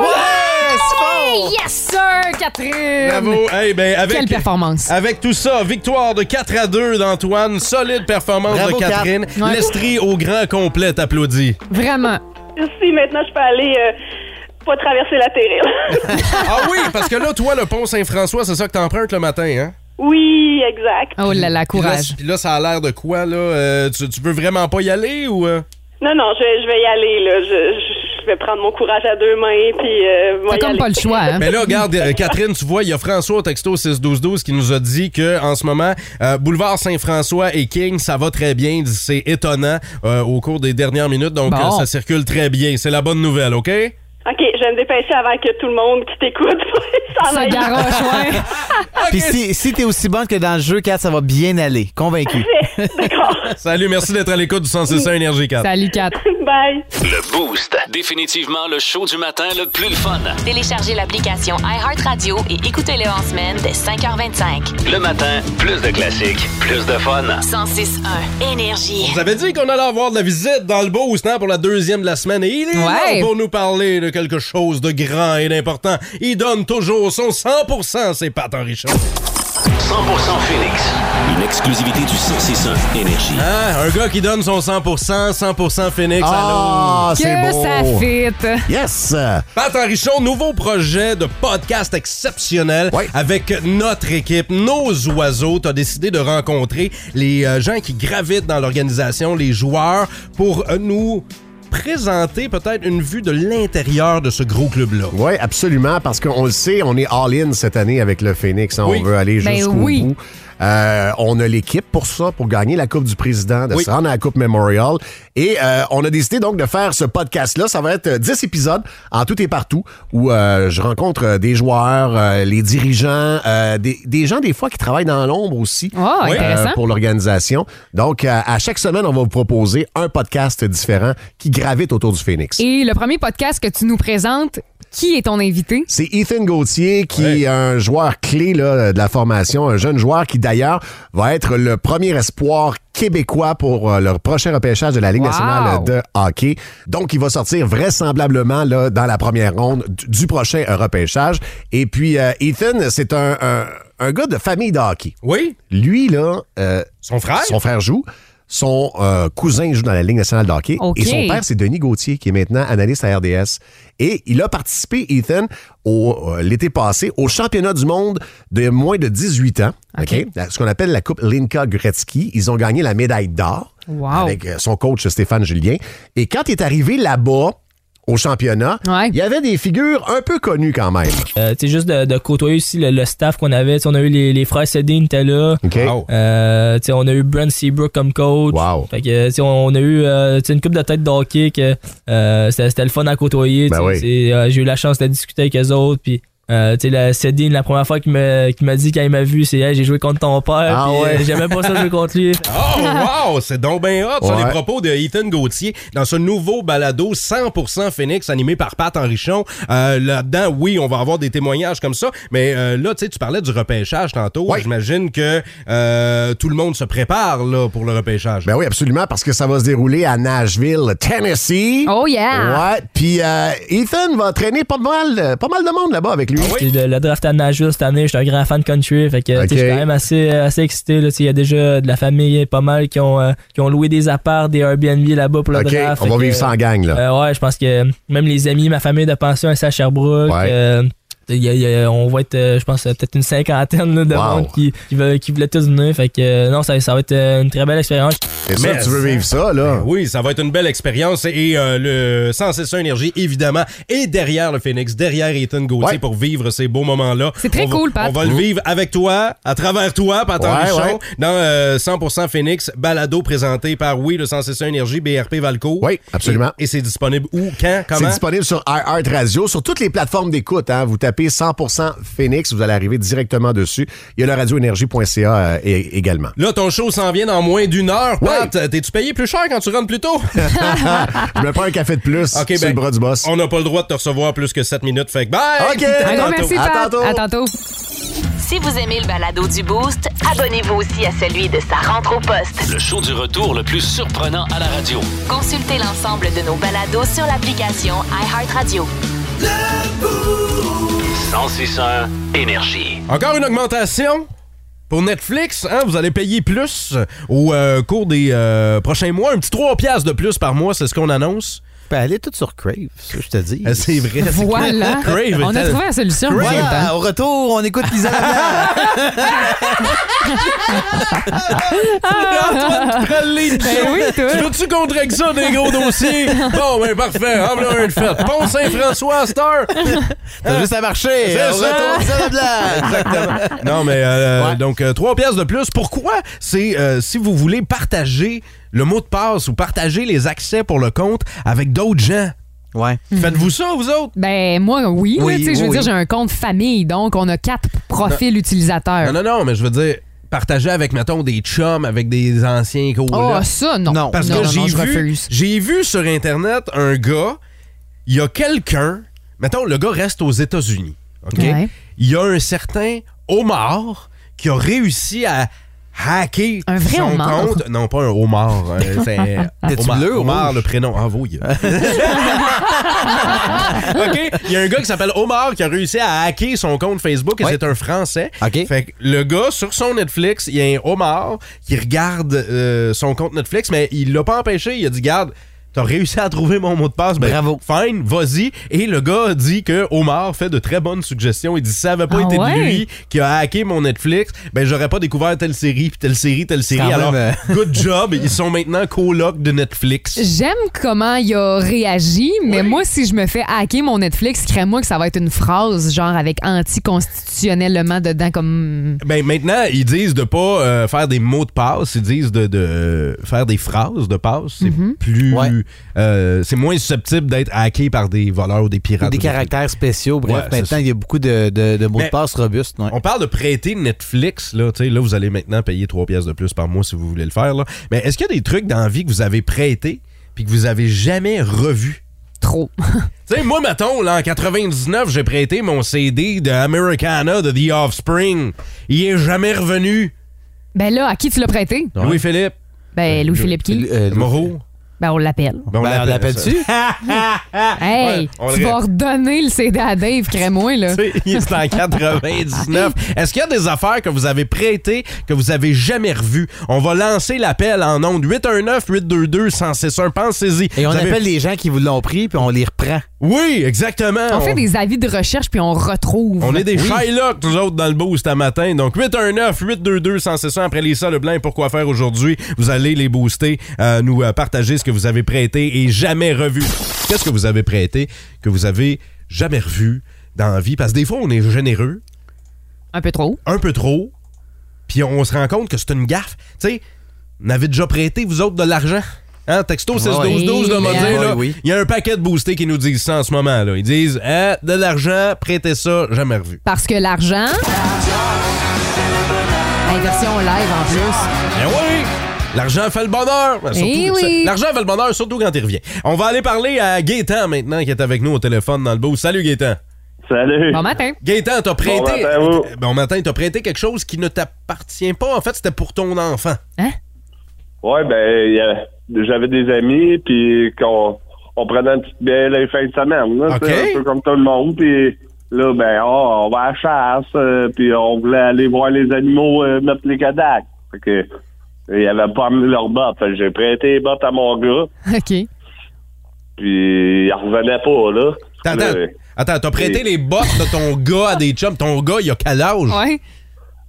Speaker 6: Ouais, yes, sir, Catherine!
Speaker 5: Bravo. Hey, ben, avec,
Speaker 6: Quelle performance.
Speaker 5: Avec tout ça, victoire de 4 à 2 d'Antoine, solide performance
Speaker 6: Bravo,
Speaker 5: de Catherine.
Speaker 6: Kat. Ouais.
Speaker 5: L'estrie au grand complet applaudit.
Speaker 6: Vraiment.
Speaker 12: Merci, maintenant, je peux aller euh, pas traverser la terrille.
Speaker 5: ah oui, parce que là, toi, le pont Saint-François, c'est ça que t'empruntes le matin, hein?
Speaker 12: oui, exact.
Speaker 6: Oh là là,
Speaker 5: Puis là, c- Puis là, ça a l'air de quoi, là? Euh, tu, tu veux vraiment pas y aller ou... euh?
Speaker 12: Non, non, je, je vais y aller, là. Je, je- je vais prendre mon courage à deux mains, puis... Euh, moi, y aller.
Speaker 6: Hein?
Speaker 5: Mais là, regarde, euh, Catherine, tu vois, il y a François au texto 61212 qui nous a dit que en ce moment, euh, Boulevard Saint-François et King, ça va très bien. Il dit, C'est étonnant euh, au cours des dernières minutes, donc
Speaker 12: Bon.
Speaker 5: euh, ça circule très bien. C'est la bonne nouvelle, OK?
Speaker 12: OK, je vais me dépêcher avant que tout le monde qui t'écoute s'en aille.
Speaker 7: Puis si, si t'es aussi bonne que dans le jeu, Kat, ça va bien aller. Convaincu.
Speaker 5: Salut, merci d'être à l'écoute du 161 Énergie 4.
Speaker 6: Salut, Kat.
Speaker 12: Bye.
Speaker 2: Le Boost. Définitivement le show du matin le plus le fun.
Speaker 1: Téléchargez l'application iHeartRadio et écoutez-le en semaine dès 5h25.
Speaker 2: Le matin, plus de classiques, plus de fun.
Speaker 1: 106.1 Énergie.
Speaker 5: Vous avez dit qu'on allait avoir de la visite dans le Beauce, non, pour la deuxième de la semaine. Et il est
Speaker 1: Ouais.
Speaker 5: là pour nous parler de quelque chose de grand et d'important. Il donne toujours son 100 c'est Pat Richard.
Speaker 2: 100% Phoenix. Une exclusivité du 106.1 Énergie.
Speaker 5: Hein, un gars qui donne son 100%, 100% Phoenix.
Speaker 7: Ah,
Speaker 5: allô?
Speaker 7: c'est
Speaker 6: Que ça fit.
Speaker 7: Yes!
Speaker 5: Pat Enrichon, nouveau projet de podcast exceptionnel avec notre équipe, nos oiseaux. T'as décidé de rencontrer les euh, gens qui gravitent dans l'organisation, les joueurs, pour euh, nous présenter peut-être une vue de l'intérieur de ce gros club-là.
Speaker 13: Oui, absolument, parce qu'on le sait, on est all-in cette année avec le Phoenix. hein,
Speaker 5: Oui.
Speaker 13: On veut aller
Speaker 5: Ben
Speaker 13: jusqu'au
Speaker 5: oui.
Speaker 13: bout. Euh, on a l'équipe pour ça, pour gagner la Coupe du Président, de
Speaker 5: Oui.
Speaker 13: se rendre à la Coupe Memorial. Et euh, on a décidé donc de faire ce podcast-là. Ça va être euh, 10 épisodes en tout et partout où euh, je rencontre euh, des joueurs, euh, les dirigeants, euh, des, des gens des fois qui travaillent dans l'ombre aussi
Speaker 5: Oh,
Speaker 13: euh,
Speaker 6: Ah, intéressant.
Speaker 13: pour l'organisation. Donc, euh, à chaque semaine, on va vous proposer un podcast différent qui gravite autour du Phoenix.
Speaker 6: Et le premier podcast que tu nous présentes, qui est ton invité?
Speaker 13: C'est Ethan Gauthier qui est un joueur clé là, de la formation, un jeune joueur qui d'ailleurs va être le premier espoir québécois pour euh, le prochain repêchage de la Ligue
Speaker 6: Wow.
Speaker 13: nationale de hockey. Donc, il va sortir vraisemblablement là, dans la première ronde du- du prochain euh, repêchage. Et puis, euh, Ethan, c'est un, un- un gars de famille de hockey.
Speaker 5: Oui.
Speaker 13: Lui, là... euh,
Speaker 5: son frère?
Speaker 13: Son frère joue. Son euh, cousin joue dans la Ligue nationale de hockey.
Speaker 14: OK.
Speaker 13: Et son père, c'est Denis Gauthier, qui est maintenant analyste à RDS. Et il a participé, Ethan, au, euh, l'été passé, au championnat du monde de moins de 18 ans, OK? La- ce qu'on appelle la Coupe Linka Gretzky. Ils ont gagné la médaille d'or
Speaker 6: Wow.
Speaker 13: avec euh, son coach Stéphane Julien. Et quand il est arrivé là-bas, au championnat, il y avait des figures un peu connues quand même.
Speaker 15: Euh, tu sais, juste de, de côtoyer aussi le, le staff qu'on avait. Tu sais, on a eu les, les frères Sedin étaient là. Euh, tu sais, on a eu Brent Seabrook comme coach. Fait que, tu sais, on a eu euh, tu sais, une coupe de tête d'hockey que euh, c'était c'était le fun à côtoyer. tu sais.
Speaker 13: Ben oui.
Speaker 15: C'est, euh, J'ai eu la chance de discuter avec eux autres. Puis, euh, tu sais, la Sedin, la première fois qu'il me- qu'il m'a dit quand il m'a vu, c'est Hey, j'ai joué contre ton père.
Speaker 5: Ah
Speaker 15: Puis, euh,
Speaker 5: ouais.
Speaker 15: J'aimais pas ça jouer contre lui.
Speaker 5: Oh, wow! C'est donc bien hot, ça,
Speaker 15: Ouais.
Speaker 5: les propos de Ethan Gauthier dans ce nouveau balado 100% Phoenix animé par Pat Enrichon. Euh, Là-dedans, oui, on va avoir des témoignages comme ça, mais euh, là, tu sais, tu parlais du repêchage tantôt. J'imagine que euh, tout le monde se prépare là, pour le repêchage.
Speaker 13: Ben oui, absolument, parce que ça va se dérouler à Nashville, Tennessee.
Speaker 6: Oh yeah!
Speaker 13: Ouais, puis euh, Ethan va traîner pas mal, euh, pas mal de monde là-bas avec lui.
Speaker 5: Ah
Speaker 15: Tu sais, Le, le draft à Nashville cette année, j'étais un grand fan de country. Fait que tu sais, je suis quand même assez, assez excité. là. Tu sais, Il y a déjà de la famille pas mal qui ont, euh, qui ont loué des apparts, des Airbnb là-bas pour le
Speaker 13: OK,
Speaker 15: draft.
Speaker 13: on
Speaker 15: Fait
Speaker 13: va
Speaker 15: que,
Speaker 13: vivre ça en gang, là.
Speaker 15: euh, ouais, je pense que même les amis, ma famille de pension est à Sherbrooke. euh, il y a- il y a- on va être, euh, je pense, euh, peut-être une cinquantaine là, de monde qui, qui, veulent- qui voulaient tous venir. Fait que euh, non, ça, ça va être euh, une très belle expérience.
Speaker 5: Mais
Speaker 13: ça, là.
Speaker 5: Ben Ah oui, ça va être une belle expérience. Et euh, le 106 Énergie, évidemment, est derrière le Phoenix, derrière Ethan Gauthier pour vivre ces beaux moments-là.
Speaker 6: C'est très
Speaker 5: On va-
Speaker 6: cool, Pat.
Speaker 5: On va le
Speaker 6: Mm.
Speaker 5: vivre avec toi, à travers toi, Pat
Speaker 6: Ouais,
Speaker 5: Enrichon,
Speaker 6: ouais.
Speaker 5: dans euh, 100% Phoenix, balado présenté par, oui, le 106 Énergie, BRP Valco. Oui,
Speaker 13: absolument.
Speaker 5: Et, et c'est disponible où, quand,
Speaker 13: C'est
Speaker 5: comment?
Speaker 13: disponible sur iHeart Radio, sur toutes les plateformes d'écoute. Hein. Vous tapez 100% Phoenix, vous allez arriver directement dessus. Il y a le radioénergie.ca euh, é- également.
Speaker 5: Là, ton show s'en vient dans moins d'une heure, Pat. T'es-tu payé plus cher quand tu rentres plus tôt?
Speaker 13: Je me prends un café de plus
Speaker 5: Ok,
Speaker 13: sur
Speaker 5: ben,
Speaker 13: le bras du boss.
Speaker 5: On n'a pas le droit de te recevoir plus que 7 minutes. Fait que bye!
Speaker 13: OK.
Speaker 6: Un gros merci, Pat. À tantôt.
Speaker 1: Si vous aimez le balado du Boost, abonnez-vous aussi à celui de sa rentre au poste.
Speaker 2: Le show du retour le plus surprenant à la radio.
Speaker 1: Consultez l'ensemble de nos balados sur l'application iHeartRadio.
Speaker 2: 1061 Énergie.
Speaker 5: Encore une augmentation pour Netflix. hein, vous allez payer plus au euh, cours des euh, prochains mois. Un petit 3 piastres de plus par mois, c'est ce qu'on annonce.
Speaker 7: Ben, allez tout sur Crave, ça, je te dis.
Speaker 5: Euh, C'est vrai. c'est
Speaker 6: Voilà.
Speaker 5: Crave
Speaker 6: On a
Speaker 5: était-
Speaker 6: trouvé la solution.
Speaker 5: Crave.
Speaker 7: Voilà, au retour, on écoute Lisa
Speaker 5: Antoine Tralli,
Speaker 6: Ben oui, toi.
Speaker 5: Tu veux-tu qu'on drague ça des gros dossiers? Bon, ben parfait. En voilà un de fait. Pont Saint-François, Star.
Speaker 7: T'as juste à marcher.
Speaker 5: Hein? C'est
Speaker 7: Au
Speaker 5: ça.
Speaker 7: retour, Lisa Leblanc.
Speaker 5: Exactement. Non, mais euh, donc, euh, trois pièces de plus. Pourquoi? C'est euh, si vous voulez partager le mot de passe ou partager les accès pour le compte avec d'autres gens.
Speaker 7: Ouais.
Speaker 6: Hmm.
Speaker 5: Faites-vous ça, vous autres?
Speaker 6: Ben, moi, oui. là,
Speaker 5: Oui,
Speaker 6: tu sais, je veux
Speaker 5: oui,
Speaker 6: dire,
Speaker 5: oui.
Speaker 6: j'ai un compte famille, donc on a quatre profils utilisateurs.
Speaker 5: Non, non, non, mais je veux dire, partager avec, mettons, des chums, avec des anciens collègues.
Speaker 6: Oh, ça, non. Non,
Speaker 5: Parce
Speaker 6: non,
Speaker 5: que
Speaker 6: non, non,
Speaker 5: j'ai
Speaker 6: je
Speaker 5: vu,
Speaker 6: refuse.
Speaker 5: j'ai vu sur Internet un gars, il y a quelqu'un, mettons, le gars reste aux États-Unis, OK?
Speaker 6: Ouais.
Speaker 5: Il y a un certain Omar qui a réussi à hacker
Speaker 6: Un vrai
Speaker 5: son
Speaker 6: homard.
Speaker 5: compte. Non, pas un Omar. euh, c'est
Speaker 7: T'es-tu
Speaker 5: Omar,
Speaker 7: bleu ou
Speaker 5: Omar,
Speaker 7: rouge?
Speaker 5: le prénom. Ah, vouille. OK? Il y a un gars qui s'appelle Omar qui a réussi à hacker son compte Facebook et c'est un Français. Fait que le gars, sur son Netflix, il y a un Omar qui regarde euh, son compte Netflix, mais il l'a pas empêché. Il a dit, garde. T'as réussi à trouver mon mot de passe, ben, Bravo. fine, vas-y. Et le gars dit que Omar fait de très bonnes suggestions. Il dit ça avait pas
Speaker 6: Ah
Speaker 5: été de
Speaker 6: ouais?
Speaker 5: lui qui a hacké mon Netflix, ben j'aurais pas découvert telle série, puis telle série, telle série.
Speaker 7: quand
Speaker 5: Alors,
Speaker 7: même, euh,
Speaker 5: good job, ils sont maintenant colocs de Netflix.
Speaker 6: J'aime comment il a réagi, mais moi, si je me fais hacker mon Netflix, crée-moi que ça va être une phrase genre avec anticonstitutionnellement dedans comme.
Speaker 5: Ben maintenant, ils disent de pas euh, faire des mots de passe, ils disent de, de, euh, faire des phrases de passe. C'est
Speaker 7: Mhm.
Speaker 5: plus, euh, c'est moins susceptible d'être hacké par des voleurs ou des pirates.
Speaker 7: Des
Speaker 5: ou
Speaker 7: caractères spéciaux, bref.
Speaker 5: Ouais, c'est
Speaker 7: maintenant,
Speaker 5: ça.
Speaker 7: il y a beaucoup de, de- de mots
Speaker 5: Mais-
Speaker 7: de passe robustes. ouais.
Speaker 5: On parle de prêter Netflix, là, tu sais, là, vous allez maintenant payer 3 pièces de plus par mois si vous voulez le faire, là. Mais est-ce qu'il y a des trucs dans la vie que vous avez prêté puis que vous avez jamais revu?
Speaker 6: Trop.
Speaker 5: tu sais, moi, mettons, là, en 99, j'ai prêté mon CD de Americana de The Offspring. Il est jamais revenu.
Speaker 6: Ben là, à qui tu l'as prêté?
Speaker 5: Louis-Philippe. Euh,
Speaker 6: Ben, Louis-Philippe qui?
Speaker 5: Moreau.
Speaker 6: Ben, on l'appelle.
Speaker 5: Ben,
Speaker 7: Ben, on l'appelle-tu?
Speaker 6: Hey,
Speaker 5: Ouais, on
Speaker 6: tu
Speaker 5: le-
Speaker 6: vas redonner le CD à Dave, crée-moi, là.
Speaker 5: Tu sais, C'est en 99. Est-ce qu'il y a des affaires que vous avez prêtées que vous avez jamais revues? On va lancer l'appel en ondes 819-822-1061. Pensez-y.
Speaker 7: Et on
Speaker 5: Vous avez-
Speaker 7: appelle les gens qui vous l'ont pris, puis on les reprend.
Speaker 5: Oui, exactement.
Speaker 6: On fait des avis de recherche puis on retrouve.
Speaker 5: on est des
Speaker 6: Oui.
Speaker 5: Shylock, nous autres, dans le boost à matin. Donc, 819-822-1061, après les salles blancs, pourquoi faire aujourd'hui? Vous allez les booster, euh, nous euh, partager ce que vous avez prêté et jamais revu. Qu'est-ce que vous avez prêté que vous avez jamais revu dans la vie? Parce que des fois, on est généreux.
Speaker 6: Un peu trop.
Speaker 5: un peu trop, puis on se rend compte que c'est une gaffe. Tu sais, on avait déjà prêté, vous autres, de l'argent. Hein, texto 6 12 12 de
Speaker 7: Oui,
Speaker 5: me dire,
Speaker 7: oui,
Speaker 5: là,
Speaker 7: oui.
Speaker 5: il y a un paquet de boostés qui nous disent ça en ce moment. Là. Ils disent Ah, de l'argent, prêtez ça, jamais revu.
Speaker 6: Parce que l'argent. Hey, version live en plus.
Speaker 5: Ben oui! L'argent fait le bonheur! Ben, surtout-
Speaker 6: Eh oui.
Speaker 5: L'argent fait le bonheur, surtout quand il revient. On va aller parler à Gaétan maintenant, qui est avec nous au téléphone dans le boost. Salut Gaétan!
Speaker 14: Salut.
Speaker 6: Bon matin.
Speaker 5: Gaétan, t'as prêté.
Speaker 14: Bon matin, vous.
Speaker 5: Bon matin, t'as prêté quelque chose qui ne t'appartient pas. En fait, c'était pour ton enfant.
Speaker 6: Hein?
Speaker 14: Ouais, ben, il y a- j'avais des amis, puis qu'on on prenait une petite bière les fins de semaine, là, tu sais, un peu comme tout le monde, puis là, ben, oh, on va à la chasse, euh, puis on voulait aller voir les animaux euh, mettre les cadavres. Fait que, ils avaient pas amené leurs bottes, Fait que j'ai prêté les bottes à mon gars,
Speaker 6: OK.
Speaker 14: puis ils revenaient pas, là.
Speaker 5: Attends,
Speaker 14: Là,
Speaker 5: Attends, t'as prêté
Speaker 14: Et-
Speaker 5: les bottes de ton gars à des chums. Ton gars, il a quel âge?
Speaker 6: Ouais.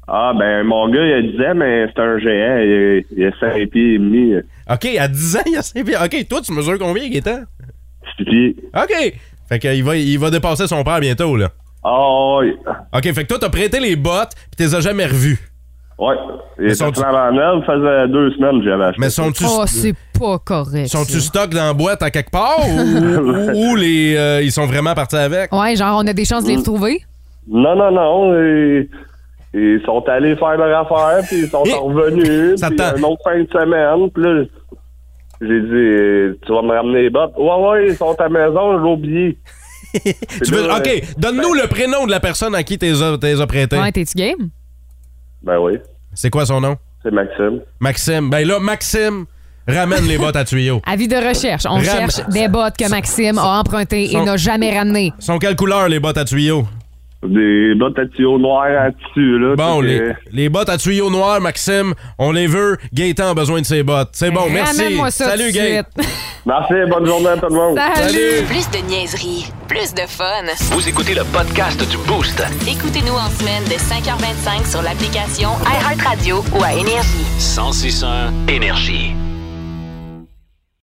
Speaker 14: Ah, ben, mon gars, il a 10 ans, mais c'est un géant, il, il a 5 pieds et demi, euh,
Speaker 5: OK, à 10 ans, il a 5 pieds. OK, toi, tu mesures combien, Gaétan?
Speaker 14: 6 pieds.
Speaker 5: OK. Fait qu'il va, il va dépasser son père bientôt, là.
Speaker 14: Oh, oui.
Speaker 5: OK, fait que toi, t'as prêté les bottes, puis t'es as jamais revues.
Speaker 14: Ouais. Il était
Speaker 5: sont-tu-
Speaker 14: flambant neuf, ça faisait deux semaines que j'avais acheté.
Speaker 5: Mais sont-tu
Speaker 6: Oh, c'est pas correct.
Speaker 5: sont-tu
Speaker 6: ça.
Speaker 5: stock dans la boîte à quelque part ou, ou- ou les, euh, ils sont vraiment partis avec?
Speaker 6: Oh. Ouais, genre, on a des chances de les retrouver.
Speaker 14: Non, non, non. Ils, ils sont allés faire leur affaire, puis ils sont revenus.
Speaker 5: Ça
Speaker 14: Puis
Speaker 5: t'a-
Speaker 14: une autre fin de semaine. Puis là, j'ai dit, euh, tu vas me ramener les bottes. Ouais, ouais, ils sont à la maison, j'ai oublié.
Speaker 5: Tu veux- OK, donne-nous le prénom de la personne à qui t'es t'es prêté.
Speaker 6: Ouais, t'es-tu game?
Speaker 14: Ben oui.
Speaker 5: C'est quoi son nom?
Speaker 14: C'est Maxime.
Speaker 5: Maxime. Ben là, Maxime, ramène les bottes à tuyaux.
Speaker 6: Avis de recherche. On
Speaker 5: Ram-
Speaker 6: cherche des bottes que Maxime a empruntées et
Speaker 5: sont-
Speaker 6: n'a jamais ramenées.
Speaker 5: Sont quelle couleur les bottes à tuyaux?
Speaker 14: Des bottes à tuyaux noirs à dessus, là.
Speaker 5: Bon,
Speaker 14: Fait
Speaker 5: les,
Speaker 14: que-
Speaker 5: les bottes à tuyaux noirs, Maxime, on les veut. Gaëtan a besoin de ses bottes. C'est bon, merci.
Speaker 1: Ramène-moi ça
Speaker 5: Salut,
Speaker 1: tout de
Speaker 5: Gaëtan.
Speaker 14: Merci, bonne journée à tout le monde.
Speaker 1: Plus de niaiserie, plus de fun.
Speaker 2: Vous écoutez le podcast du Boost.
Speaker 1: Écoutez-nous en semaine de 5h25 sur l'application iHeartRadio ou à Énergie.
Speaker 2: 1061 Énergie.